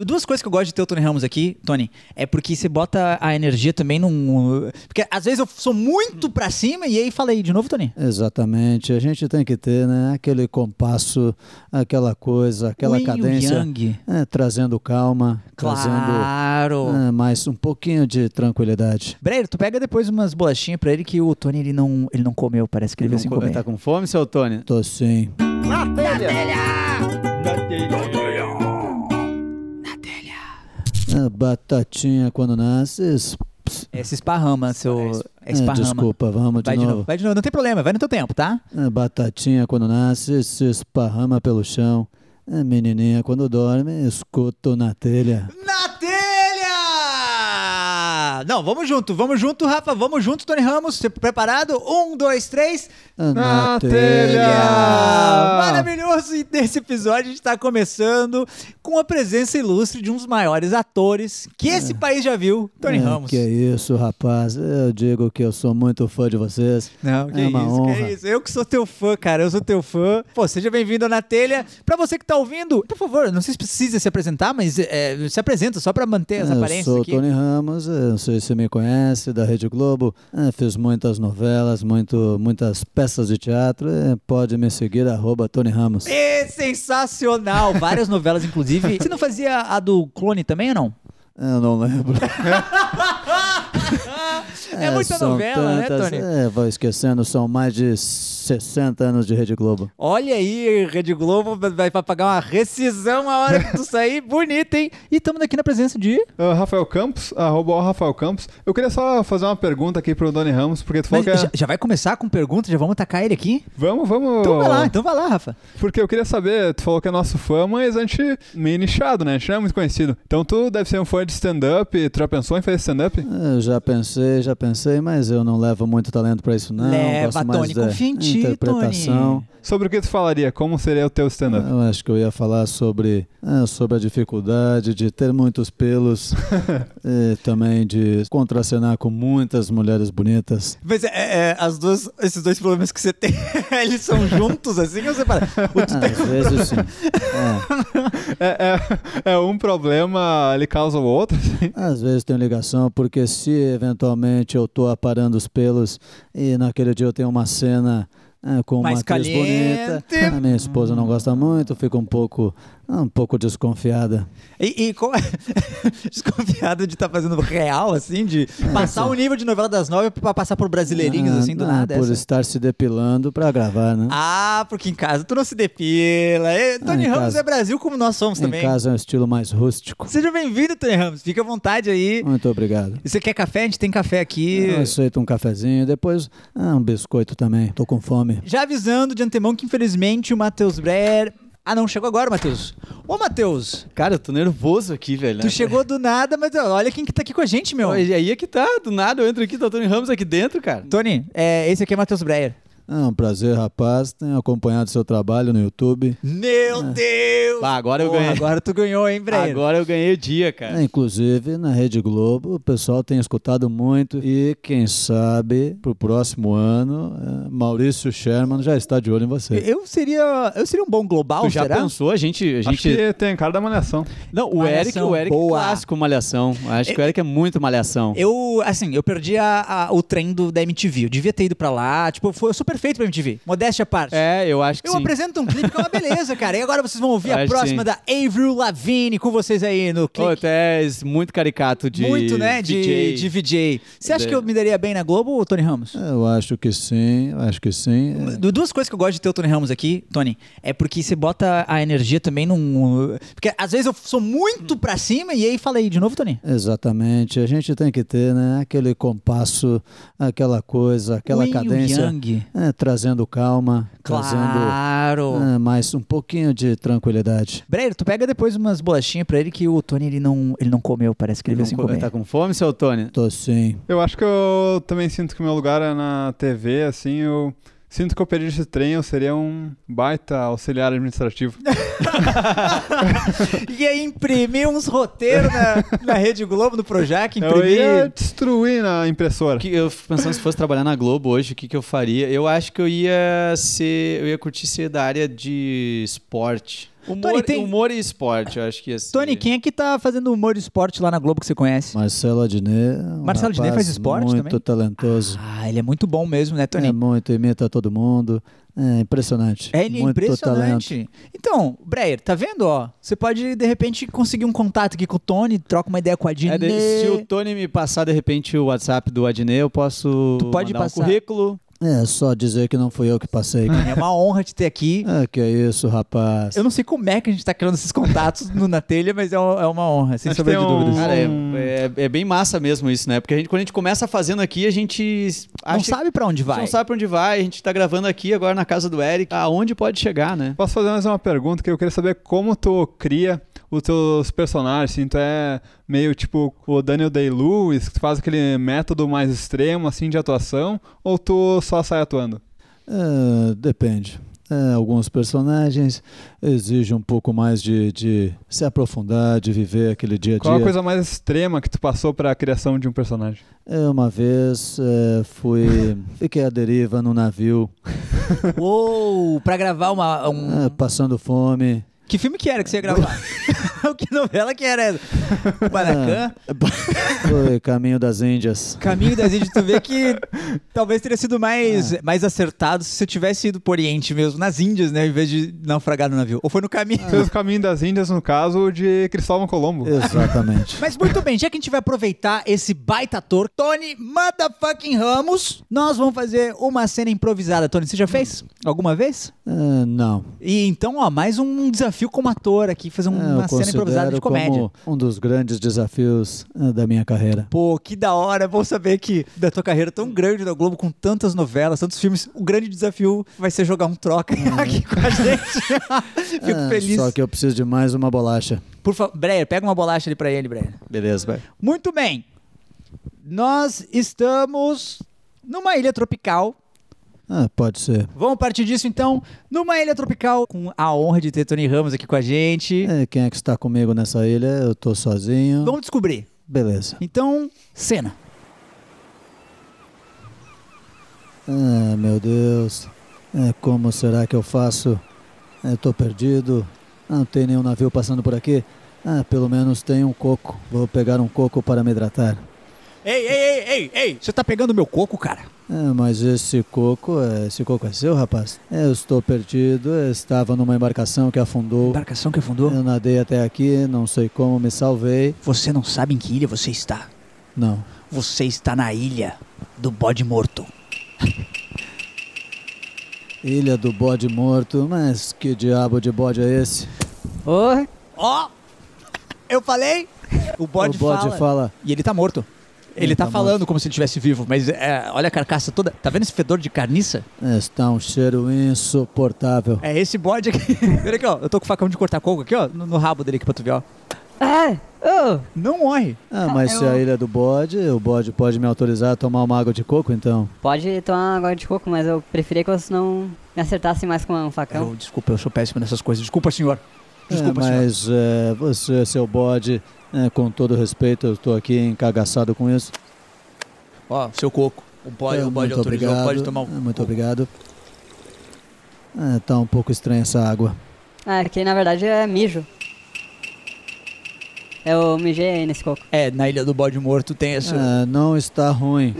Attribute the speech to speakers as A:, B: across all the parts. A: Duas coisas que eu gosto de ter o Tony Ramos aqui, Tony, é porque você bota a energia também num. Porque às vezes eu sou muito pra cima e aí falei de novo, Tony.
B: Exatamente. A gente tem que ter, né, aquele compasso, aquela coisa, aquela
A: O yin e o
B: cadência.
A: yang.
B: É, trazendo calma,
A: Claro.
B: trazendo é, mais um pouquinho de tranquilidade.
A: Breiro, tu pega depois umas bolachinhas pra ele que o Tony ele não, ele não comeu, parece que ele, veio sem comer.
C: Tá com fome, seu Tony?
B: Tô sim. É, batatinha quando nasce. es- ps-
A: É, se esparrama, seu. É,
B: é,
A: esparrama.
B: desculpa, vamos de
A: vai
B: novo.
A: Vai de novo, não tem problema, vai no teu tempo, tá?
B: É, batatinha quando nasce, se esparrama pelo chão. É, menininha quando dorme, escuto na telha.
A: Na telha! Não, vamos junto, vamos junto, Rafa, vamos junto, Tony Ramos. Você preparado? Um, dois, três.
B: É,
C: Na telha!
A: Maravilhoso! E nesse episódio a gente tá começando com a presença ilustre de um dos maiores atores que esse país já viu, Tony
B: É,
A: Ramos.
B: Que isso, rapaz. Eu digo que eu sou muito fã de vocês.
A: Não, que
B: é uma
A: isso,
B: honra.
A: que isso. Eu que sou teu fã, cara. Eu sou teu fã. Pô, seja bem-vindo à Na Telha. Pra você que tá ouvindo, por favor, não sei se precisa se apresentar, mas é, se apresenta só pra manter as
B: Eu
A: aparências
B: sou o
A: aqui.
B: Tony Ramos, eu não sei se me conhece, da Rede Globo. É, Fiz muitas novelas, muito, muitas peças de teatro. É, Pode me seguir, arroba Tony Ramos.
A: É sensacional! Várias novelas, inclusive. Você não fazia a do clone também ou não?
B: Eu não lembro.
A: É, muita
B: são
A: novela,
B: tantas,
A: né, Tony?
B: É, vou esquecendo, são mais de 60 anos de Rede Globo.
A: Olha aí, Rede Globo vai vai pagar uma rescisão a hora que tu sair. Bonito, hein? E estamos aqui na presença de.
C: Ah, Rafael Campos, arroba o Rafael Campos. Eu queria só fazer uma pergunta aqui pro Tony Ramos, porque tu falou
A: Mas
C: que é...
A: já, já vai começar com pergunta, já vamos atacar ele aqui?
C: Vamos, vamos.
A: Então vai lá, então vai lá, Rafa.
C: Porque eu queria saber, tu falou que é nosso fã, mas a gente é meio nichado, né? A gente não é muito conhecido. Então tu deve ser um fã de stand-up, tu já pensou em fazer stand-up?
B: Eu É, já pensei, já pensei, mas eu não levo muito talento pra isso, não.
A: Leva,
B: Gosto mais
A: Tony,
B: da
A: confia em ti,
B: interpretação.
A: Tony.
C: Sobre o que tu falaria? Como seria o teu stand-up?
B: Eu acho que eu ia falar sobre, ah, sobre a dificuldade de ter muitos pelos e também de contracenar com muitas mulheres bonitas.
A: Mas é, é, as duas, esses dois problemas que você tem, eles são juntos, assim, ou separa? O tu
B: Ah,
A: tem-
B: Às vezes sim. É.
C: É, é- é um problema, ele causa o outro? assim?
B: Às vezes tem ligação, porque se eventualmente eu tô aparando os pelos e naquele dia eu tenho uma cena ah, com uma
A: Mais
B: atriz bonita,
A: caliente.
B: a minha esposa não gosta muito, fica um pouco, ah, um pouco desconfiada.
A: E, e como... desconfiado de estar fazendo real, assim, de passar o nível de novela das nove pra passar por brasileirinhos,
B: Ah,
A: assim, do
B: ah,
A: nada.
B: Por
A: essa.
B: estar se depilando pra gravar, né?
A: Ah, porque em casa tu não se depila. E, Tony
B: em
A: Ramos
B: casa.
A: é Brasil como nós somos
B: em
A: também.
B: casa é um estilo mais rústico.
A: Seja bem-vindo, Tony Ramos. Fica à vontade aí.
B: Muito obrigado.
A: Você quer café? A gente tem café aqui.
B: Eu aceito um cafezinho, depois ah, um biscoito também. Tô com fome.
A: Já avisando de antemão que, infelizmente, o Matheus Breyer... Ah, não, chegou agora, Matheus. Ô, Matheus,
D: Cara, eu tô nervoso aqui, velho.
A: tu chegou do nada, mas ó, olha quem que tá aqui com a gente, meu.
D: Não, e aí é que tá, do nada eu entro aqui, tá o Tony Ramos aqui dentro, cara.
A: Tony, é, esse aqui é Matheus Breyer.
B: É um prazer, rapaz. Tenho acompanhado seu trabalho no YouTube.
A: Meu Deus!
D: Ah. Bah, agora eu
A: Porra,
D: ganhei.
A: Agora tu ganhou, hein, Breyer?
D: Agora eu ganhei o dia, cara.
B: É, inclusive, na Rede Globo, o pessoal tem escutado muito. E quem sabe, pro próximo ano, eh, Maurício Sherman já está de olho em você.
A: Eu seria, eu seria um bom global,
D: tu já
A: será?
D: pensou? A gente. A
C: Acho
D: gente...
C: que tem cara da malhação.
D: Não, o
A: Malhação,
D: Eric, o Eric é
A: boa.
D: clássico malhação. Acho que o Eric é muito malhação.
A: Eu, assim, eu perdi a- a- o trem do, da MTV. Eu devia ter ido pra lá. Tipo, foi, eu sou perfeito pra MTV. Modéstia à parte.
D: É, eu acho que
A: Eu
D: sim.
A: apresento um clipe que é uma beleza, cara. E agora vocês vão ouvir a
D: Acho
A: próxima
D: sim.
A: da Avril Lavigne com vocês aí no
D: Ô,
A: clipe.
D: tu és muito caricato de. É.
A: Muito, né? De
D: DJ.
A: de VJ. Você acha
D: De-
A: que eu me daria bem na Globo, Tony Ramos?
B: Eu acho que sim, eu acho que sim. Eh,
A: Du- Duas coisas que eu gosto de ter o Tony Ramos aqui, Tony, é porque você bota a energia também num. Porque às vezes eu sou muito pra cima e aí falei de novo, Tony.
B: Exatamente. A gente tem que ter, né, aquele compasso, aquela coisa,
A: O
B: aquela
A: yin e o
B: cadência.
A: yang.
B: É, trazendo calma,
A: Claro.
D: Ah.
B: trazendo é, mais um pouquinho de tranquilidade.
A: Breyer, tu pega depois umas bolachinhas pra ele que o Tony ele não, ele não comeu, parece que ele veio sem
D: Não co-
A: comer.
D: Tá com fome, seu Tony?
B: Tô sim.
C: Eu acho que eu também sinto que o meu lugar é na TV, assim, eu sinto que eu perdi esse trem, eu seria um baita auxiliar administrativo.
A: Ia imprimir uns roteiros na, na Rede Globo, no Projac,
C: eu
A: imprimir.
C: ia destruir na impressora.
D: O que eu fico pensando se fosse trabalhar na Globo hoje, o que, que eu faria? Eu acho que eu ia ser. Eu ia curtir ser da área de esporte. Humor,
A: Tony, tem-
D: humor e esporte, eu acho que assim.
A: Tony, quem é que tá fazendo humor de esporte lá na Globo que você conhece?
B: Marcelo Adnet. é Um
A: Marcelo Adnet
B: rapaz
A: faz esporte também?
B: muito talentoso.
A: Ah, ele é muito bom mesmo, né, Tony?
B: é muito, imita todo mundo. É impressionante.
A: É, ele é
B: muito Talento.
A: impressionante. Então, Breyer, tá vendo, ó? Você pode, de repente, conseguir um contato aqui com o Tony, troca uma ideia com a Dine.
D: É, de- se o Tony me passar de repente o WhatsApp do Adnei, eu posso
A: Tu pode
D: mandar
A: passar.
D: um currículo.
B: É só dizer que não fui eu que passei.
A: É uma honra te ter aqui.
B: ah, que é isso, rapaz.
A: Eu não sei como é que a gente tá criando esses contatos no, na telha, mas é, um- é uma honra, sem
C: Acho
A: sombra
C: que
A: de
C: tem um-
A: dúvidas.
D: Cara, é,
C: Hum.
D: é- é bem massa mesmo isso, né? Porque a gente, quando a gente começa fazendo aqui, a gente
A: não
D: acha
A: sabe pra onde
D: a gente
A: vai.
D: não sabe pra onde vai. A gente tá gravando aqui agora na casa do Eric. Aonde pode chegar, né?
C: Posso fazer mais uma pergunta que eu queria saber como tu cria os teus personagens, assim, tu é meio tipo o Daniel Day-Lewis, que tu faz aquele método mais extremo, assim, de atuação, ou tu só sai atuando?
B: É, depende. É, alguns personagens exigem um pouco mais de, de se aprofundar, de viver aquele dia a
C: Qual a
B: dia.
C: coisa mais extrema que tu passou pra criação de um personagem?
B: Eu, uma vez é, fui fiquei à deriva num navio,
A: Uou, pra gravar uma, um,
B: é, passando fome.
A: Que filme que era que você ia gravar? que novela que era essa? O Maracanã?
B: Foi caminho das Índias.
A: Caminho das Índias, tu vê que talvez teria sido mais, mais acertado se você tivesse ido pro Oriente mesmo, nas Índias, né? Em vez de naufragar no navio. Ou foi no caminho.
C: Fez o caminho das Índias, no caso, de Cristóvão Colombo.
B: Exatamente.
A: Mas muito bem, já que a gente vai aproveitar esse baita ator, Tony motherfucking Ramos, nós vamos fazer uma cena improvisada. Tony, você já fez? Alguma vez?
B: É, não.
A: E então, ó, mais um desafio como ator aqui, fazer
B: É,
A: uma
B: eu
A: cena improvisada de
B: considero
A: comédia.
B: como um dos grandes desafios é, da minha carreira.
A: Pô, que da hora. Bom saber que da tua carreira tão grande da Globo, com tantas novelas, tantos filmes, o grande desafio vai ser jogar um troca aqui com a gente. Fico
B: É,
A: feliz.
B: Uhum. Só que eu preciso de mais uma bolacha.
A: Por favor, Breyer, pega uma bolacha ali pra ele, Breyer.
D: Beleza, vai.
A: Muito bem. Nós estamos numa ilha tropical.
B: Ah, pode ser.
A: Vamos partir disso, então. Numa ilha tropical, com a honra de ter Tony Ramos aqui com a gente.
B: É, quem é que está comigo nessa ilha? Eu tô sozinho.
A: Vamos descobrir.
B: Beleza.
A: Então, cena.
B: Ah, meu Deus. É, como será que eu faço? É, tô perdido. Ah, Não tem nenhum navio passando por aqui. Ah, pelo menos tem um coco. Vou pegar um coco para me hidratar.
A: Ei, ei, ei, ei, ei. Você tá pegando meu coco, cara?
B: É, mas esse coco, é, esse coco é seu, rapaz? É, eu estou perdido. Eu estava numa embarcação que afundou.
A: Embarcação que afundou.
B: Eu nadei até aqui, não sei como me salvei.
A: Você não sabe em que ilha você está.
B: Não.
A: Você está na ilha do bode morto.
B: Ilha do bode morto. Mas que diabo de bode é esse?
A: Ó! Eu falei? O bode,
B: o bode
A: fala.
B: fala
A: E ele tá morto. Ele,
B: Ele
A: tá,
B: tá
A: falando como se ele estivesse vivo, mas é, olha a carcaça toda. Tá vendo esse fedor de carniça?
B: Está um cheiro insuportável.
A: É esse bode aqui. Olha aqui, ó. Eu tô com o facão de cortar coco aqui, ó. No, no rabo dele aqui pra tu ver, ó.
B: É?
E: Ah, oh,
A: Não morre.
B: Ah, mas se a ilha é do bode, o bode pode me autorizar a tomar uma água de coco, então?
E: pode tomar água de coco, mas eu preferia que vocês não me acertassem mais com um facão.
A: Eu, desculpa, eu sou péssimo nessas coisas. Então- Desculpa, senhor. Desculpa,
B: é,
A: senhor.
B: mas é, você, seu bode, é, com todo respeito, eu estou aqui encagaçado com isso.
A: Ó, seu coco. O bode,
B: É,
A: o bode
B: muito
A: autorizou.
B: obrigado.
A: Pode tomar um.
B: É, Muito
A: coco.
B: obrigado. É, tá um pouco estranha essa água.
E: Ah, que na verdade é mijo. Eu mijei aí nesse coco.
A: É, na ilha do bode morto tem essa.
B: É, não está ruim,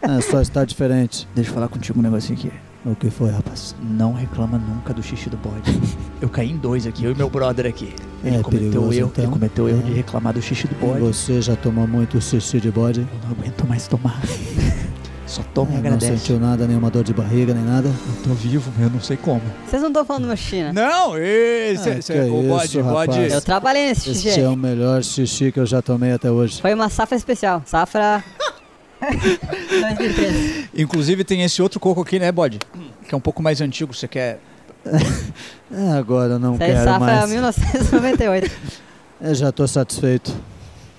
B: É, só está diferente.
A: Deixa eu falar contigo um negocinho aqui.
B: O que foi, rapaz?
A: Não reclama nunca do xixi do bode. Eu caí em dois aqui, eu e meu brother aqui. Ele
B: É
A: cometeu eu,
B: perigoso,
A: ele
B: então?
A: cometeu eu de
B: É.
A: reclamar do xixi do bode.
B: Você já tomou muito xixi de bode?
A: Eu não aguento mais tomar. Só toma e
B: É, não
A: agradece.
B: sentiu nada, nenhuma dor de barriga, nem nada?
A: Eu tô vivo, eu não sei como.
E: Vocês não estão falando do meu xixi, né?
A: Não, esse,
B: Ah, que
A: o bode,
B: isso,
A: o bode.
B: rapaz.
E: Eu trabalhei nesse xixi.
B: Este é o melhor xixi que eu já tomei até hoje.
E: Foi uma safra especial. Safra. 2013.
A: Inclusive tem esse outro coco aqui, né, bode? Que é um pouco mais antigo, você quer.
B: É, agora eu não
E: Isso aí,
B: quero
E: safra
B: mais.
E: 1998.
B: Eu já tô satisfeito.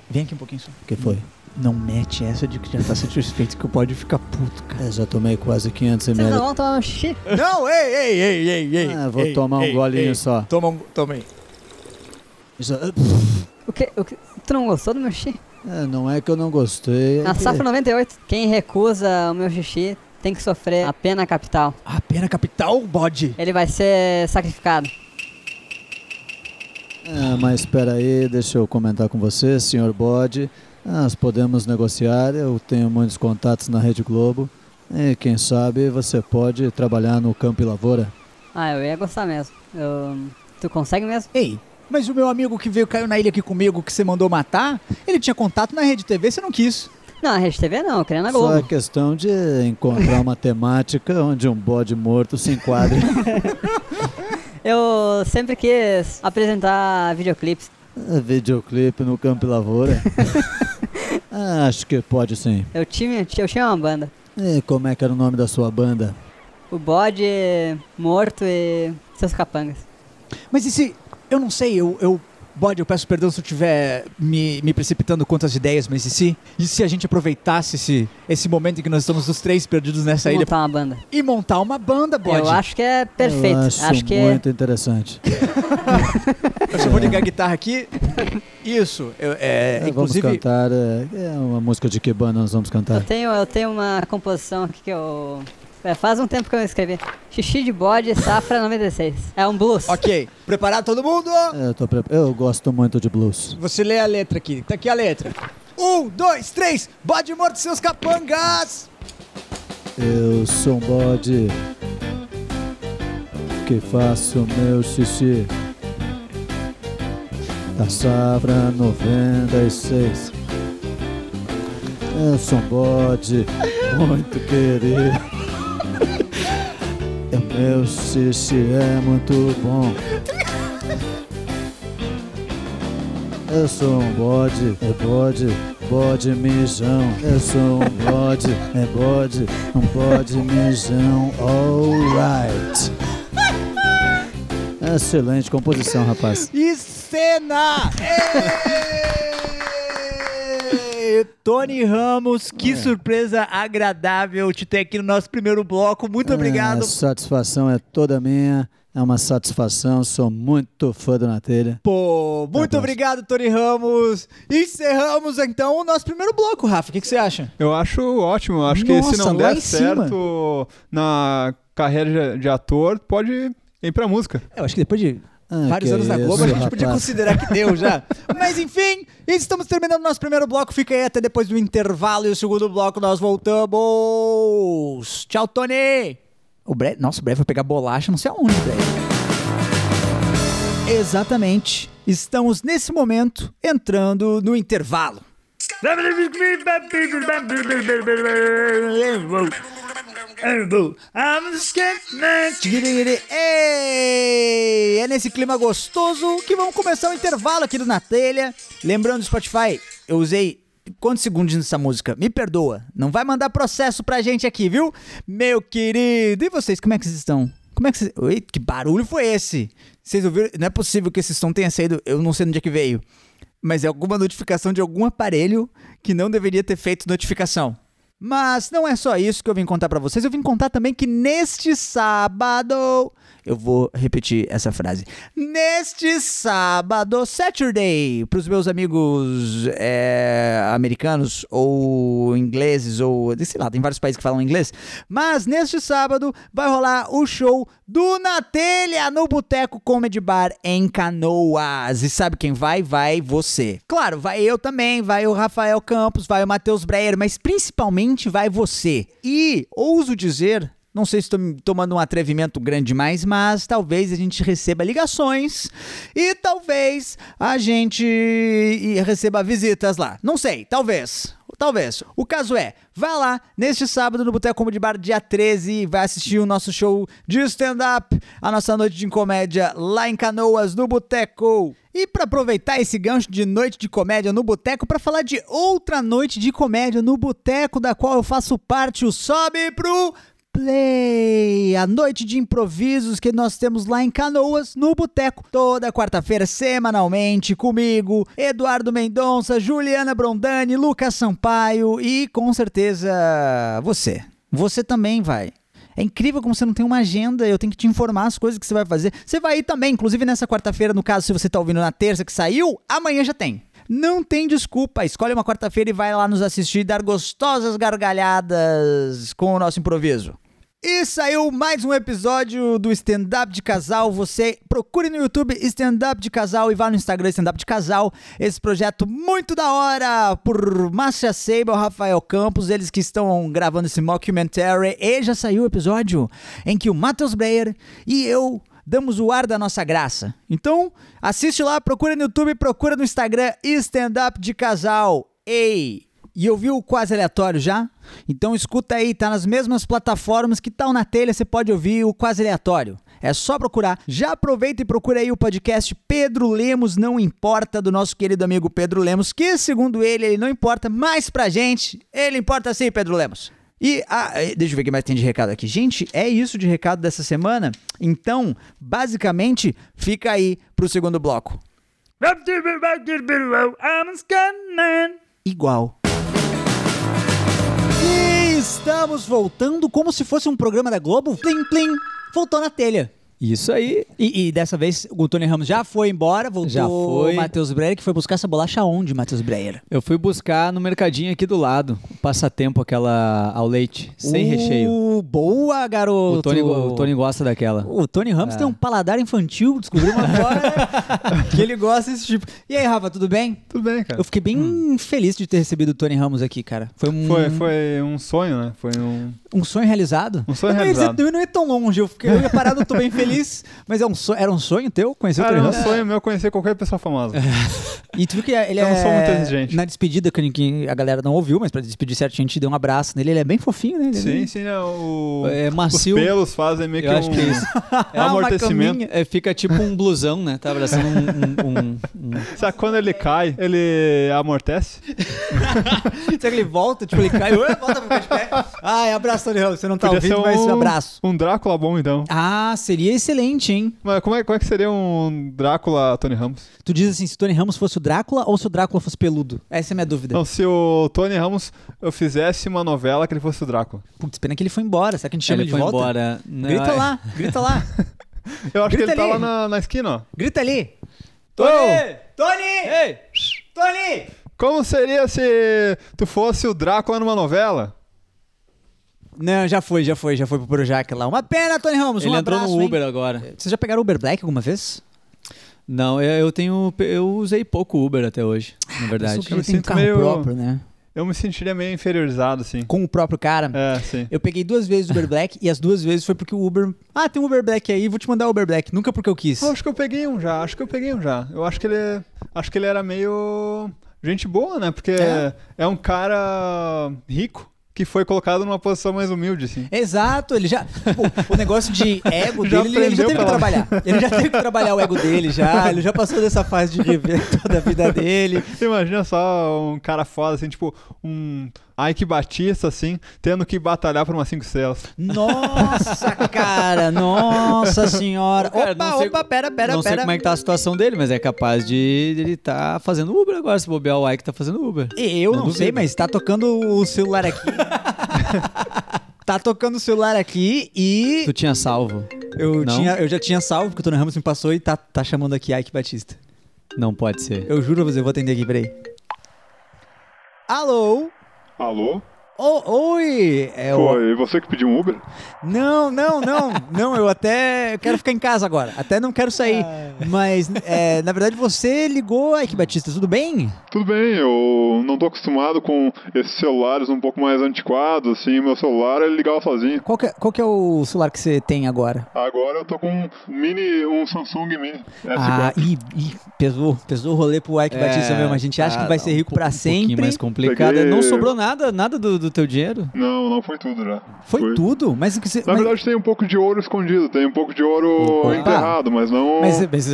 A: Vem aqui um pouquinho só.
B: O que foi?
A: Não mete essa de que já tá satisfeito que o bode fica puto, cara.
B: Eu É, já tomei quase 500
E: Vocês não
B: ml.
E: vão tomar meu xixi?
A: Não, ei, ei, ei, ei, ei.
B: Ah, vou
A: ei,
B: tomar um
A: ei,
B: golinho
A: ei.
B: só.
A: Toma um, toma aí.
B: Já-
E: O que, o que- tu não gostou do meu xixi?
B: É, não é que eu não gostei. é
E: Na
B: que-
E: safra 98. Quem recusa o meu xixi tem que sofrer a pena capital.
A: Ah, pena capital, bode.
E: Ele vai ser sacrificado.
B: Ah, mas espera aí, deixa eu comentar com você, senhor Bode. Nós podemos negociar, eu tenho muitos contatos na Rede Globo. E quem sabe você pode trabalhar no campo e lavoura.
E: Ah, eu ia gostar mesmo. Eu- Tu consegue mesmo?
A: Ei, mas o meu amigo que veio, caiu na ilha aqui comigo, que você mandou matar, ele tinha contato na rede TV, você não quis.
E: Não, a Rede TV não, eu queria na
B: Só é
E: Globo.
B: questão de encontrar uma temática onde um bode morto se enquadre.
E: Eu sempre quis apresentar videoclipes.
B: Ah, Videoclipe no campo e lavoura. Ah, Acho que pode sim.
E: Eu tinha, eu tinha uma banda.
B: E como é que era o nome da sua banda?
E: O bode morto e seus capangas.
A: Mas e se. Eu não sei, eu. eu Bode, eu peço perdão se eu estiver me, me precipitando quanto às ideias, mas e se, e se a gente aproveitasse esse, esse momento em que nós estamos os três perdidos nessa ilha
E: montar uma banda.
A: e montar uma banda, Bode?
E: Eu acho que é perfeito.
B: Eu acho,
E: que é
B: muito interessante.
A: Eu só vou ligar a guitarra aqui. Isso, eu, é,
B: É, vamos
A: inclusive.
B: cantar. É, é uma música de que banda nós vamos
E: eu
B: cantar?
E: tenho, eu tenho uma composição aqui que eu. é, faz um tempo que eu escrevi. Xixi de bode, safra 96. É um blues.
A: Ok, preparado todo mundo?
B: É, Eu, tô pre- eu gosto muito de blues.
A: Você lê a letra aqui, tá aqui a letra. Um, dois, três, bode morto, seus capangas!
B: Eu sou um bode que faço meu xixi da safra 96. Eu sou um bode muito querido. E meu xixi é muito bom. Eu sou um bode, é bode, bode mijão. Eu sou um bode, é bode, um bode mijão. Alright. Excelente composição, rapaz.
A: E cena! Ê! Tony Ramos, que surpresa agradável te ter aqui no nosso primeiro bloco. Muito
B: A
A: obrigado.
B: satisfação é toda minha. É uma satisfação. Sou muito fã do Na Telha.
A: Pô, muito
B: Abraço.
A: obrigado, Tony Ramos. Encerramos então o nosso primeiro bloco, Rafa. O que que você acha?
C: Eu acho ótimo. Eu acho que se
A: Nossa,
C: não
A: lá
C: der
A: em cima.
C: certo na carreira de- de ator, pode ir pra música.
A: Eu acho que depois de
B: Ah,
A: vários
B: que
A: anos na
B: isso,
A: Globo, a gente podia
B: rapaz.
A: considerar que deu já. Mas enfim, estamos terminando nosso primeiro bloco. Fica aí até depois do intervalo e o segundo bloco nós voltamos. Tchau, Tony! O Bre... Nossa, o Breve vai pegar bolacha, não sei aonde, Breve. Exatamente. Estamos nesse momento entrando no intervalo. Tigiriri. Ei, É nesse clima gostoso que vamos começar o intervalo aqui do Na Telha. Lembrando, Spotify, eu usei quantos segundos nessa música? Me perdoa, não vai mandar processo pra gente aqui, viu? Meu querido, e vocês, como é que vocês estão? Como é que vocês... Oi, que barulho foi esse? Vocês ouviram? Não é possível que esse som tenha saído, eu não sei onde é que veio. Mas é alguma notificação de algum aparelho que não deveria ter feito notificação. Mas não é só isso que eu vim contar pra vocês. Eu vim contar também que neste sábado. Eu vou repetir essa frase. Neste sábado, Saturday, pros meus amigos é, americanos ou ingleses ou sei lá, tem vários países que falam inglês. Mas neste sábado vai rolar o show do Na Telha no Boteco Comedy Bar em Canoas. E sabe quem vai? Vai você. Claro, vai eu também, vai o Rafael Campos, vai o Matheus Breyer, mas principalmente vai você. E ouso dizer. Não sei se estou tomando um atrevimento grande demais, mas talvez a gente receba ligações e talvez a gente e- receba visitas lá. Não sei, talvez. Talvez. O caso é, vai lá neste sábado no Boteco Comedy Bar, dia 13, vai assistir o nosso show de stand-up, a nossa noite de comédia lá em Canoas, no Boteco. E pra aproveitar esse gancho de noite de comédia no Boteco, pra falar de outra noite de comédia no Boteco, da qual eu faço parte, o Sobe Pro Play, a noite de improvisos que nós temos lá em Canoas, no Boteco, toda quarta-feira, semanalmente, comigo, Eduardo Mendonça, Juliana Brondani, Lucas Sampaio e com certeza você. Você também vai. É incrível como você não tem uma agenda, eu tenho que te informar as coisas que você vai fazer. Você vai ir também, inclusive nessa quarta-feira, no caso, se você tá ouvindo na terça que saiu, amanhã já tem. Não tem desculpa. Escolhe uma quarta-feira e vai lá nos assistir e dar gostosas gargalhadas com o nosso improviso. E saiu mais um episódio do Stand Up de Casal. Você procure no YouTube Stand Up de Casal e vá no Instagram Stand Up de Casal. Esse projeto muito da hora por Márcia Seibel, Rafael Campos, eles que estão gravando esse mockumentary. E já saiu o episódio em que o Matheus Breyer e eu damos o ar da nossa graça. Então, assiste lá, procura no YouTube, procura no Instagram Stand Up de Casal. Ei! E eu vi o quase aleatório já? Então escuta aí, tá nas mesmas plataformas que tal na telha, você pode ouvir o quase aleatório. É só procurar. Já aproveita e procura aí o podcast Pedro Lemos Não Importa, do nosso querido amigo Pedro Lemos, que segundo ele, ele não importa, mas pra gente, ele importa sim, Pedro Lemos. E ah, eh, deixa eu ver o que mais tem de recado aqui. Gente, é isso de recado dessa semana. Então, basicamente, fica aí pro segundo bloco. Igual. E estamos voltando como se fosse um programa da Globo. Plim, plim. Voltou na telha.
D: Isso aí.
A: E, e dessa vez o Tony Ramos já foi embora, voltou
D: Já foi.
A: o Matheus Breyer, que foi buscar essa bolacha onde, Matheus Breyer?
D: Eu fui buscar no mercadinho aqui do lado, o passatempo, aquela ao leite, sem
A: Uh,
D: recheio.
A: Boa, garoto!
D: O Tony, go- o Tony gosta daquela.
A: O Tony Ramos tem um paladar infantil, descobrimos agora que ele gosta desse tipo. E aí, Rafa, tudo bem? Hum.
C: Tudo bem, cara.
A: Eu fiquei bem feliz de ter recebido o Tony Ramos aqui, cara. Foi um,
C: Foi, foi um sonho, né? Foi um.
A: um sonho realizado.
C: Um sonho
A: eu não ia dizer-
C: realizado.
A: eu não ia tão longe, eu, fiquei, eu ia parar, eu tô bem feliz, mas é um sonho, era um sonho teu conhecer o
C: Cara,
A: Tony
C: era um
A: Ramos?
C: sonho meu conhecer qualquer pessoa
D: É.
C: famosa.
A: E tu viu que ele
C: Eu
A: é...
C: não sou muito exigente.
A: Na despedida, que ninguém- a galera não ouviu, mas pra despedir certo, a gente deu um abraço nele, ele é bem fofinho, né? Ele é
C: sim,
A: bem-
C: sim, né? O...
D: É
C: Os
D: macio.
C: pelos fazem meio que
D: Eu acho
C: um
D: que é isso.
C: um
A: Ah,
C: amortecimento.
D: É, fica tipo um blusão, né? Tá abraçando um. um- um- um-
C: Sabe quando ele cai, ele amortece?
A: Será que ele volta, tipo, ele cai, "Ué, volta pra de pé. Ai, abraço, Tony Ramos, você não tá
C: Podia ser
A: ouvindo, mas abraço.
C: Um Drácula bom, então.
A: Ah, seria excelente, hein?
C: Mas como é, como é que seria um Drácula Tony Ramos?
A: Tu diz assim, se o Tony Ramos fosse o Drácula ou se o Drácula fosse peludo? Essa é a minha dúvida.
C: Não, se o Tony Ramos eu fizesse uma novela que ele fosse o Drácula.
A: Putz, pena que ele foi embora. Será que a gente chama
D: ele
A: ele,
D: foi
A: de volta?
D: embora. Não,
A: Grita
D: é-
A: lá, grita lá,
C: Eu acho
A: Grita
C: que ele
A: ali.
C: tá lá na, na esquina, ó.
A: grita ali.
C: Ô,
A: Tony!
D: Ei!
A: Tony!
C: como seria se tu fosse o Drácula numa novela?
A: Não, já foi, já foi, já foi pro Projac lá. Uma pena, Tony Ramos,
D: Ele
A: um
D: entrou
A: abraço,
D: no
A: hein?
D: Uber agora.
A: Vocês já pegaram Uber Black alguma vez?
D: Não, eu eu tenho. Eu usei pouco Uber até hoje, na verdade.
A: Pessoa que já
C: Eu me
A: tem um
C: sinto
A: carro
C: meio-
A: próprio, né?
C: Eu me sentiria meio inferiorizado, assim.
A: Com o próprio cara.
C: É, sim.
A: Eu peguei duas vezes o Uber Black e as duas vezes foi porque o Uber... Ah, tem um Uber Black aí, vou te mandar o Uber Black. Nunca porque eu quis.
C: Ah, acho que eu peguei um já, acho que eu peguei um já. Eu acho que ele acho que ele era meio gente boa, né? Porque
A: É.
C: é, um cara rico que foi colocado numa posição mais humilde, assim.
A: Exato, ele já. tipo, o negócio de ego
C: Já
A: dele, ele- ele já
C: aprendeu
A: teve que
C: pela-
A: trabalhar. Ele já teve que trabalhar o ego dele, já. Ele já passou dessa fase de rever toda a vida dele.
C: Imagina só um cara foda, assim, tipo um Ike Batista, assim, tendo que batalhar por umas cinco estrelas.
A: Nossa, cara, nossa senhora.
D: Cara,
A: opa,
D: não sei-
A: opa, pera, pera,
D: não sei
A: pera.
D: como é que tá a situação dele, mas é capaz de de ele estar tá fazendo Uber agora, se bobear o Ike tá fazendo Uber.
A: Eu não,
D: Não
A: sei,
D: duvido.
A: mas tá tocando o celular aqui. tá tocando o celular aqui e
D: Tu tinha salvo.
A: eu,
D: Não?
A: tinha, eu já tinha salvo, porque o Tony Ramos me passou e tá, tá chamando aqui Ike Batista.
D: Não pode ser.
A: Eu juro pra você, eu vou atender aqui, peraí. Alô?
F: Alô?
A: Ô, oi! É o-
F: Foi você que pediu um Uber?
A: Não, não, não. Não, eu até quero ficar em casa agora. Até não quero sair.
D: Ah.
A: Mas, é, na verdade, você ligou, Ike Batista, tudo bem?
F: Tudo bem, eu não tô acostumado com esses celulares um pouco mais antiquados, assim, meu celular ele ligava sozinho.
A: Qual que, é- qual que é o celular que você tem agora?
F: Agora eu tô com um mini, um Samsung Mini
A: Ah,
F: S4.
A: ih, ih, pesou, pesou o rolê pro
D: É,
A: Ike Batista mesmo. A gente
D: ah,
A: acha que vai ser rico pra sempre.
D: um pouquinho mais complicado.
F: Peguei-
D: Não sobrou nada, nada do, do teu dinheiro.
F: Não, não foi tudo já.
A: Foi tudo? Mas, o que você-
F: Na
A: mas,
D: é
F: verdade tem um pouco de ouro escondido, tem um pouco de ouro
A: Opa.
F: enterrado, mas não...
A: mas, é- mas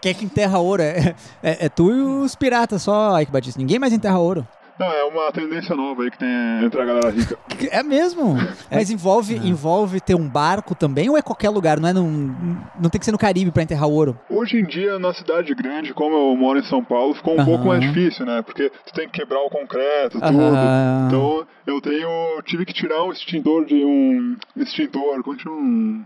A: quem é que enterra ouro? É, é- é tu e os piratas só, Ike Batista. Ninguém mais enterra ouro.
F: Não, é uma tendência nova aí que tem entre a galera rica.
A: É mesmo. Mas
D: Ah.
A: envolve, envolve ter um barco também ou é qualquer lugar? Não é num, não tem que ser no Caribe pra enterrar o ouro.
F: Hoje em dia, na cidade grande, como eu moro em São Paulo, ficou um
A: Aham.
F: pouco mais difícil, né? Porque tu tem que quebrar o concreto, tudo.
D: Ah,
A: Aham.
F: Então, eu tenho, tive que tirar um extintor de um extintor, como que é chama? um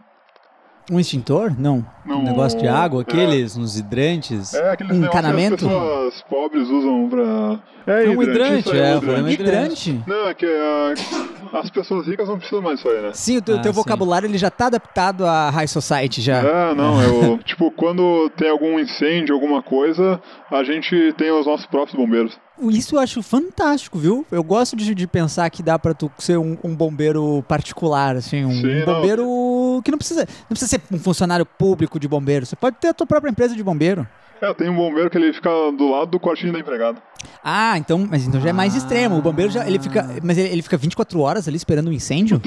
D: Um extintor? Não.
F: Não.
D: Um negócio de água, Um aqueles, uns hidrantes.
F: É aquele negócio
A: Encanamento?
F: que as pessoas pobres usam pra. É,
D: É um hidrante,
F: isso aí
D: é,
F: um
D: o problema é hidrante.
A: Hidrante?
F: Não, é que ah, as pessoas ricas não precisam mais disso aí, né?
A: Sim, o teu,
D: Ah,
A: teu
D: sim.
A: vocabulário ele já tá adaptado à High Society já.
F: É, não, eu. tipo, quando tem algum incêndio, alguma coisa, a gente tem os nossos próprios bombeiros.
A: Isso eu acho fantástico, viu? Eu gosto de, de pensar que dá pra tu ser um, um bombeiro particular, assim, um
F: Sim, não.
A: bombeiro que não precisa, não precisa ser um funcionário público de bombeiro. Você pode ter a tua própria empresa de bombeiro.
F: É, tem um bombeiro que ele fica do lado do quartinho da empregada.
A: Ah, então, mas então já é mais
D: Ah.
A: extremo. O bombeiro já ele fica, mas ele, ele fica 24 horas ali esperando um incêndio?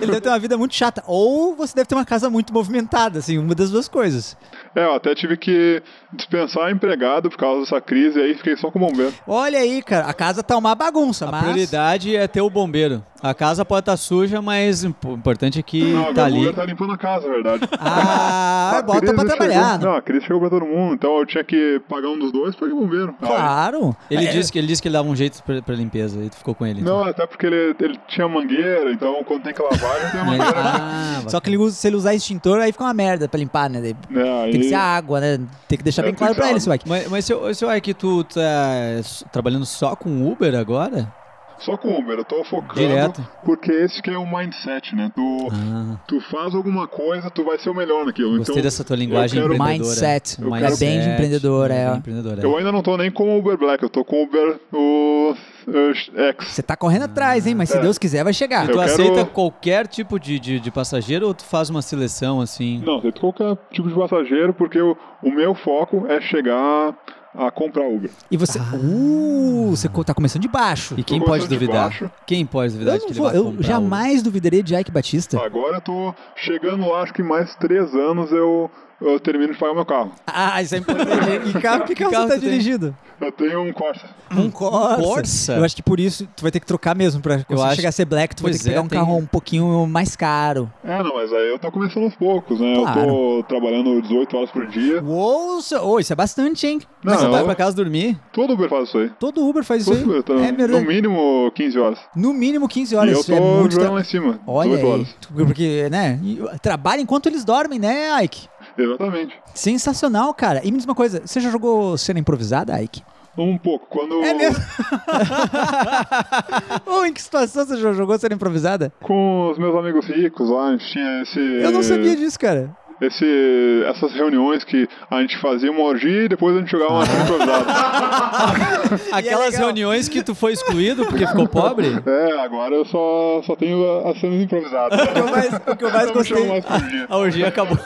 A: ele deve ter uma vida muito chata ou você deve ter uma casa muito movimentada, assim, uma das duas coisas.
F: É, eu até tive que dispensar a empregada por causa dessa crise, aí fiquei só com o bombeiro.
A: Olha aí, cara, a casa tá uma bagunça,
D: A
A: mas
D: prioridade é ter o bombeiro. A casa pode estar suja, mas o impo- importante é que
F: não,
D: tá
F: a minha
D: ali.
F: mulher tá limpando a casa, na verdade.
A: Ah,
F: A
A: bota
F: crise
A: pra trabalhar.
F: chegou-
A: né?
F: Não, a crise chegou pra todo mundo, então eu tinha que pagar um dos dois, paguei o bombeiro.
A: Claro.
D: Ele
A: É,
D: disse que ele disse que ele dava um jeito pra, pra limpeza e tu ficou com ele. então.
F: Não, até porque ele, ele tinha mangueira, então quando tem que lavar, ele tem a
D: Mas-
F: mangueira.
D: ah,
A: Só que ele usa- se ele usar extintor, aí fica uma merda pra limpar, né? Daí
F: Né, aí-
A: Tem que ser água, né? Tem que deixar
F: É,
A: bem
F: tem
A: claro
F: que ser
A: pra ele,
F: água.
A: seu Mike.
D: Mas, mas seu, seu é que tu tá s- trabalhando só com Uber agora?
F: Só com o Uber, eu tô focando.
D: Direto.
F: Porque esse que é o mindset, né? Tu,
D: Ah,
F: tu faz alguma coisa, tu vai ser o melhor naquilo.
D: gostei
F: então,
D: dessa tua linguagem
F: eu quero-
D: empreendedora.
A: Mindset.
F: Eu
A: É bem de empreendedor, é.
D: bem empreendedor, é.
F: Eu ainda não tô nem com o Uber Black, eu tô com o Uber o, o X.
A: Você tá correndo atrás, hein? Mas se
F: É.
A: Deus quiser, vai chegar.
D: Tu
F: Eu quero-
D: aceita qualquer tipo de, de, de passageiro ou tu faz uma seleção assim?
F: Não, aceito qualquer tipo de passageiro, porque o, o meu foco é chegar a comprar Uber.
A: E você. Uh, você co- tá começando de baixo.
D: Ah. E quem
F: Tô
D: pode
F: começando de
D: duvidar?
F: baixo.
D: Quem
A: Eu,
D: pode duvidar de
A: não
D: que ele
A: vou,
D: vai
A: eu
D: comprar
A: jamais duvidaria de Ike Batista.
F: Agora eu tô chegando lá, acho que mais três anos eu, eu termino de pagar meu carro.
A: Ah, isso é importante. E carro, que carro,
D: carro
A: você tá
D: tu tem?
A: dirigindo?
F: Eu tenho um Corsa.
A: Um Corsa.
D: Corsa?
A: Eu acho que por isso tu vai ter que trocar mesmo. Pra quando
D: acho-
A: chegar a ser black, tu vai ter
D: Pois
A: que pegar
D: é,
A: um
D: tem-
A: carro um pouquinho mais caro.
F: É, não, mas aí eu tô começando aos poucos, né? Eu
A: Claro.
F: tô trabalhando 18 horas por dia.
A: Uou, isso-
D: oh,
A: ô, isso é bastante, hein?
F: Não,
D: Mas tu vai
F: eu-
D: pra casa dormir?
F: todo Uber faz isso aí.
A: Todo Uber faz isso aí.
F: Todo Uber, tá,
A: é
F: no
A: verdade.
F: mínimo 15 horas.
A: No mínimo 15
F: e
A: horas.
F: eu
A: isso
F: tô
A: é muito
F: jogando
A: tra-
F: lá em cima.
A: Olha
F: 18
A: aí.
F: horas.
A: Tu- Porque, né? e- Trabalha enquanto eles dormem, né, Ike?
F: Exatamente.
A: Sensacional, cara. E me diz uma coisa, você já jogou cena improvisada, Ike?
F: Um pouco. Quando.
A: É mesmo? Ou em que situação você já jogou cena improvisada?
F: Com os meus amigos ricos lá, a gente tinha esse.
A: Eu não sabia disso, cara.
F: esse essas reuniões que a gente fazia uma orgia e depois a gente jogava uma cena improvisada.
D: um? Aquelas
A: é legal.
D: reuniões que tu foi excluído porque ficou pobre?
F: É, agora eu só, só tenho a- as cenas improvisadas.
A: O que eu mais, o que eu mais
F: não me chamam
A: gostei. Ah,
F: mais pra orgia.
D: A orgia acabou.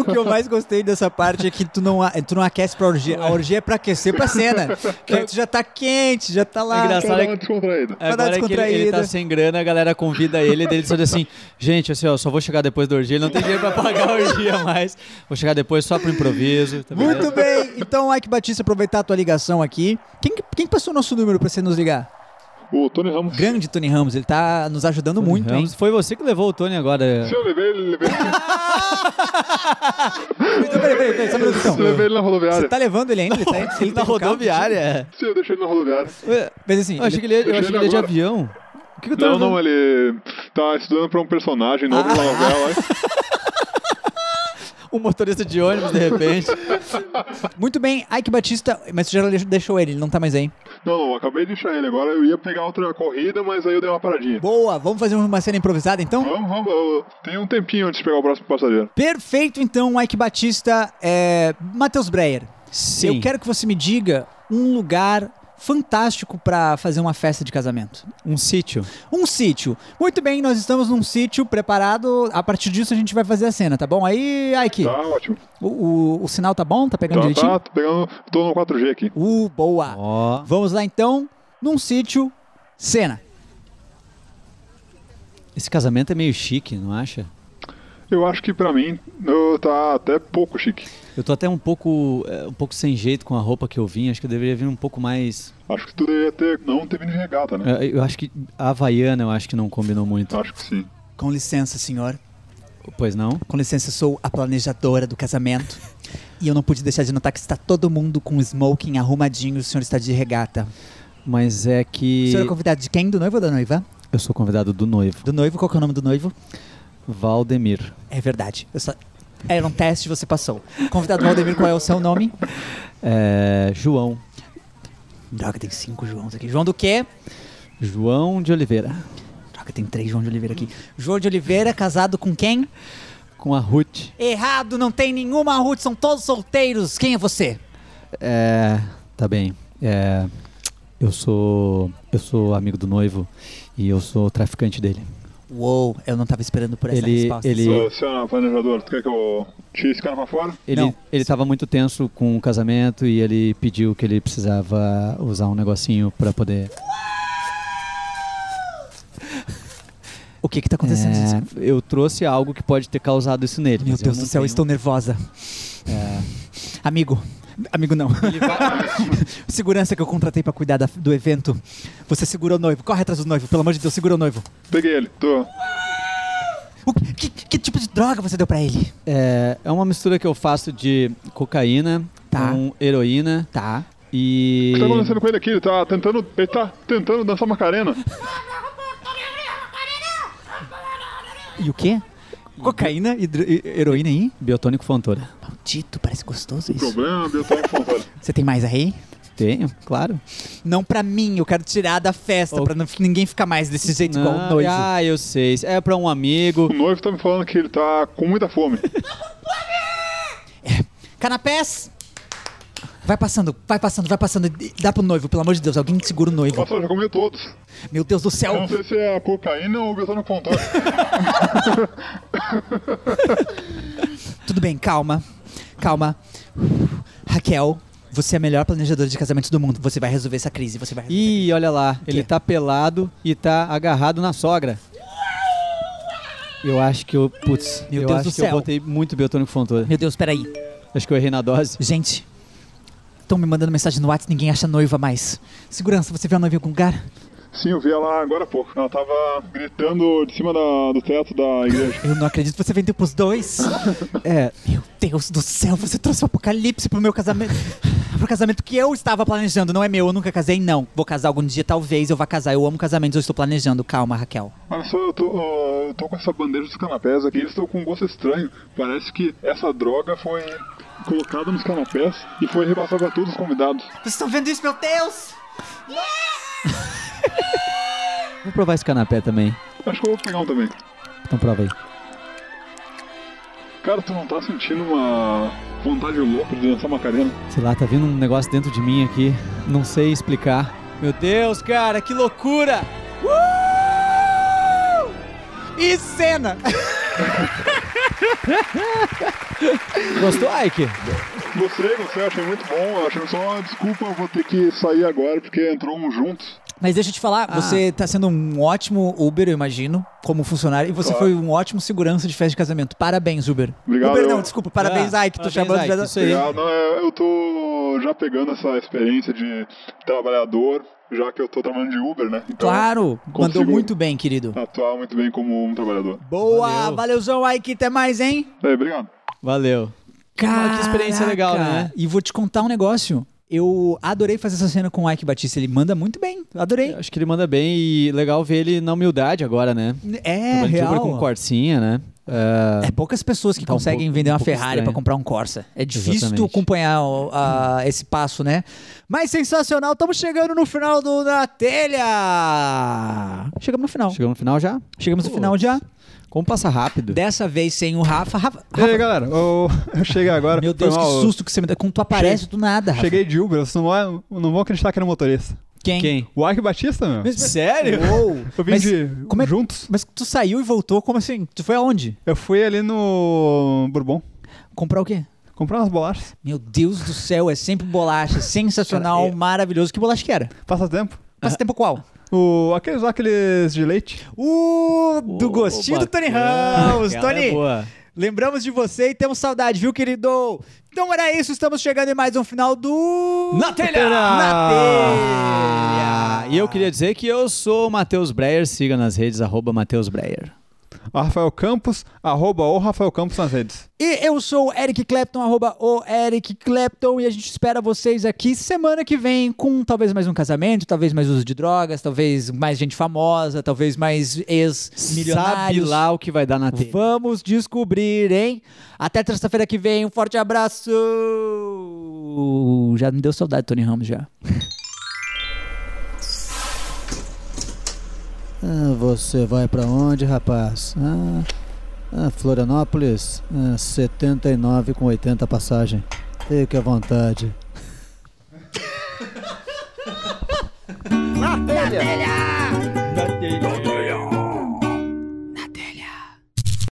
A: O que eu mais gostei dessa parte é que tu não, a- tu não aquece pra orgia. A orgia é pra aquecer pra cena. Porque aí tu já tá quente, já tá lá.
D: É engraçado.
F: Pra dar uma descontraída.
A: dar
D: Agora é que ele, ele tá
A: descontraída.
D: sem grana, a galera convida ele, daí ele só diz assim: gente, assim, ó, só vou chegar depois da orgia, ele não tem dinheiro pra pagar a orgia mais. Vou chegar depois só pro improviso. tá beleza?
A: Muito bem. Então, Ike Batista, aproveitar a tua ligação aqui. Quem, quem passou o nosso número pra você nos ligar?
F: O Tony Ramos.
A: É. Grande Tony Ramos, ele tá nos ajudando muito,
D: Ramos, Foi você que levou o Tony agora.
F: Se eu levei ele, levei,
A: hein? Então, peraí, peraí, peraí, só um minuto, então.
F: eu levei ele na rodoviária.
A: Você tá levando ele ainda? Ele tá, ele tá
D: Na
A: no carro?
D: rodoviária?
F: Se eu deixei ele na rodoviária.
D: Ué,
A: Mas assim,
D: Eu achei
A: ele-
D: que ele, é, eu achei que ele ia de
F: Agora.
D: avião. O
A: tá
D: que, que eu tô
F: Não,
D: levando?
F: não, é. ele tá estudando pra um personagem
A: Ah.
F: novo na novela. hein?
D: Um motorista de ônibus, de repente.
A: Muito bem, Ike Batista, mas você já deixou ele, ele não tá mais aí.
F: Não, não, eu acabei de deixar ele. Agora eu ia pegar outra corrida, mas aí eu dei uma paradinha.
A: Boa, vamos fazer uma cena improvisada então?
F: Vamos, vamos, eu tenho um tempinho antes de pegar o próximo passageiro.
A: Perfeito, então, Ike Batista. É... Matheus Breyer,
D: Sim.
A: eu quero que você me diga um lugar fantástico pra fazer uma festa de casamento.
D: um sítio.
A: Um sítio. Muito bem, nós estamos num sítio preparado. A partir disso a gente vai fazer a cena, tá bom? Aí, Ike,
F: Tá ótimo.
A: o, o- o sinal tá bom? Tá pegando
F: Tá,
A: direitinho?
F: tá, tô pegando. Tô no 4G aqui.
A: Uh, boa.
D: Ó.
A: Vamos lá então, num sítio, cena.
D: Esse casamento é meio chique, não acha?
F: Eu acho que pra mim eu- tá até pouco chique.
D: Eu tô até um pouco, é, um pouco sem jeito com a roupa que eu vim. Acho que eu deveria vir um pouco mais.
F: Acho que tu deveria ter. Não ter vindo de regata, né?
D: é, Eu acho que a havaiana, eu acho que não combinou
B: É.
D: muito.
F: Acho que sim.
A: Com licença, senhor.
D: Pois não?
A: Com licença, sou a planejadora do casamento. e eu não pude deixar de notar que está todo mundo com smoking arrumadinho, o senhor está de regata.
D: Mas é
A: O
D: que
A: senhor é convidado de quem? Do noivo ou da noiva?
D: eu sou convidado do noivo.
A: Do noivo, qual que é o nome do noivo?
D: Valdemir.
A: É verdade. Eu só- Era um teste, você passou. Convidado Valdemir, qual é o seu nome?
D: É, João.
A: Droga, tem cinco Joãos aqui. João do quê?
D: João de Oliveira.
A: Droga, tem três João de Oliveira aqui. João de Oliveira, casado com quem?
D: Com a Ruth.
A: Errado, não tem nenhuma Ruth, são todos solteiros. Quem é você?
D: É, tá bem. É, eu sou. Eu sou amigo do noivo e eu sou traficante dele.
A: Uou, eu não tava esperando por essa
D: Ele-
A: resposta.
D: ele-
F: Ô, senhora planejadora, tu quer que eu tire esse cara pra fora?
D: Ele,
A: Não.
D: ele tava muito tenso com o casamento e ele pediu que ele precisava usar um negocinho pra poder.
A: O que que tá acontecendo? gente?
D: É, eu trouxe algo que pode ter causado isso nele.
A: Meu
D: mas eu
A: Deus
D: não
A: do céu, eu
D: tenho- É.
A: estou nervosa. Amigo, amigo não. O Segurança que eu contratei pra cuidar da- do evento. Você segura o noivo, corre atrás do noivo, pelo amor de Deus, segura o noivo.
F: Peguei ele, tô.
A: O que, que- que tipo de droga você deu pra ele?
D: É, é uma mistura que eu faço de cocaína
A: Tá.
D: com heroína
A: Tá.
D: e.
F: O que tá acontecendo com ele aqui? Ele tá tentando. Ele tá tentando dançar Macarena.
A: E o quê? Cocaína e dro- e heroína aí?
D: Biotônico Fontoura.
A: Maldito, parece gostoso isso.
F: Problema, tá eu tô com
A: Você tem mais aí?
D: Tenho, claro.
A: Não pra mim, eu quero tirar da festa,
D: Ok.
A: pra não- ninguém ficar mais desse jeito igual o
D: Não,
A: noivo.
D: Ah, eu sei. É pra um amigo.
F: O noivo tá me falando que ele tá com muita fome.
A: Canapés! Vai passando, vai passando, vai passando. Dá pro noivo, pelo amor de Deus. Alguém segura o noivo.
F: Nossa, eu já comeu todos.
A: Meu Deus do
F: Eu
A: céu.
F: não sei se é a cocaína ou o Betano Fontoura.
A: Tudo bem, calma. Calma. Raquel, você é a melhor planejadora de casamentos do mundo. Você vai resolver essa crise. Você vai resolver.
D: Ih, olha lá. Ele tá pelado e tá agarrado na sogra. Eu acho que eu. Putz,
A: Meu
D: eu
A: Deus
D: acho
A: do
D: que eu
A: céu.
D: botei muito biotônico Fontoura.
A: Meu Deus, peraí.
D: Acho que eu errei na dose.
A: Gente, estão me mandando mensagem no WhatsApp, ninguém acha noiva mais. Segurança, você viu a noiva em algum um lugar?
F: Sim, eu vi ela agora há pouco. Ela tava gritando de cima da- do teto da igreja.
A: Eu não acredito, você vendeu pros dois.
D: É,
A: Meu Deus do céu, você trouxe o apocalipse pro meu casamento. pro casamento que eu estava planejando, não é meu, eu nunca casei, não. Vou casar algum dia, talvez, eu vá casar. Eu amo casamentos, eu estou planejando. Calma, Raquel.
F: Olha só, eu tô, ó, eu tô com essa bandeja dos canapés aqui. Eles estão com um gosto estranho. Parece que essa droga foi colocada nos canapés e foi repassada pra todos os convidados.
A: Vocês estão vendo isso, meu Deus?
D: vou provar esse canapé também.
F: Acho que eu vou pegar um também.
D: Então prova aí.
F: Cara, tu não tá sentindo uma vontade louca de dançar Macarena?
D: Sei lá, tá vindo um negócio dentro de mim aqui. Não sei explicar. Meu Deus, cara, que loucura! Uh!
A: E cena!
D: Gostou, Ike?
F: Gostei, gostei, achei muito bom. Achei só uma desculpa, eu vou ter que sair agora porque entrou um juntos.
A: Mas deixa eu te falar,
D: Ah.
A: você tá sendo um ótimo Uber, eu imagino, como funcionário, e você
F: Claro.
A: foi um ótimo segurança de festa de casamento. Parabéns, Uber.
F: Obrigado.
A: Uber não,
F: eu-
A: desculpa, parabéns,
D: Ah,
A: Ai, que tô
D: parabéns,
A: chamando
D: Ike,
A: já-
D: isso aí.
F: Obrigado. Não, é, eu tô já pegando essa experiência de trabalhador, já que eu tô trabalhando de Uber, né? Então,
A: Claro,
F: Consigo.
A: mandou muito bem, querido.
F: Atuar muito bem como um trabalhador.
A: Boa,
D: Valeu.
A: valeuzão, Ike, até mais, hein?
F: É, obrigado.
D: Valeu.
A: Cara,
D: que experiência legal, né?
A: E vou te contar um negócio. Eu adorei fazer essa cena com o Ike Batista. Ele manda muito bem. Adorei.
D: Acho que ele manda bem e legal ver ele na humildade agora, né?
A: É,
D: Trabalhando de Uber
A: real.
D: com corsinha, né? É,
A: É poucas pessoas que
D: Tá um
A: conseguem
D: pouco-
A: vender uma
D: um pouco
A: Ferrari
D: estranho.
A: pra comprar um Corsa. É difícil tu
D: Exatamente. Hum.
A: acompanhar o- a- esse passo, né? Mas sensacional. Estamos chegando no final do Na Telha. Chegamos no final.
D: Chegamos no final já?
A: Chegamos no final já.
D: Como passa rápido?
A: Dessa vez sem o Rafa. Rafa,
C: E aí, galera, eu, eu cheguei agora.
A: meu
C: foi
A: Deus, que
C: mal, eu
A: susto que você me dá. Quando tu aparece do nada, Rafa.
C: Cheguei de Uber, vocês não vão, não vão acreditar que era um motorista.
A: Quem?
D: Quem?
C: O Ark Batista, meu?
D: Sério?
A: Uou.
C: Eu vim
A: Mas
C: de
A: como é-
C: juntos.
A: Mas tu saiu e voltou, como assim? Tu foi aonde?
C: Eu fui ali no Bourbon
A: Comprar o quê?
C: comprar umas bolachas.
A: Meu Deus do céu, é sempre bolacha. Sensacional, maravilhoso. Que bolacha que era?
C: Passa tempo.
A: Passa tempo qual?
C: O, aqueles lá, aqueles de leite.
A: O do gostinho do Tony Ramos.
D: Aquela
A: Tony,
D: É boa.
A: lembramos de você e temos saudade, viu, querido? Então era isso, estamos chegando em mais um final do...
D: Na telha!
A: Na telha!
D: E eu queria dizer que eu sou o Matheus Breyer, siga nas redes, arroba Matheus Breyer.
C: Rafael Campos, arroba o Rafael Campos nas redes.
A: E eu sou o Eric Clapton, arroba o Eric Clapton, e a gente espera vocês aqui semana que vem com talvez mais um casamento, talvez mais uso de drogas, talvez mais gente famosa, talvez mais
D: Sabe
A: ex-milionários.
D: lá o que vai dar na telha.
A: Vamos descobrir, hein? Até terça-feira que vem, um forte abraço! Já me deu saudade, Tony Ramos, já.
B: Ah, você vai pra onde, rapaz? Ah, ah, Florianópolis, ah, 79 com 80 passagem. Fique à vontade.
G: Na telha!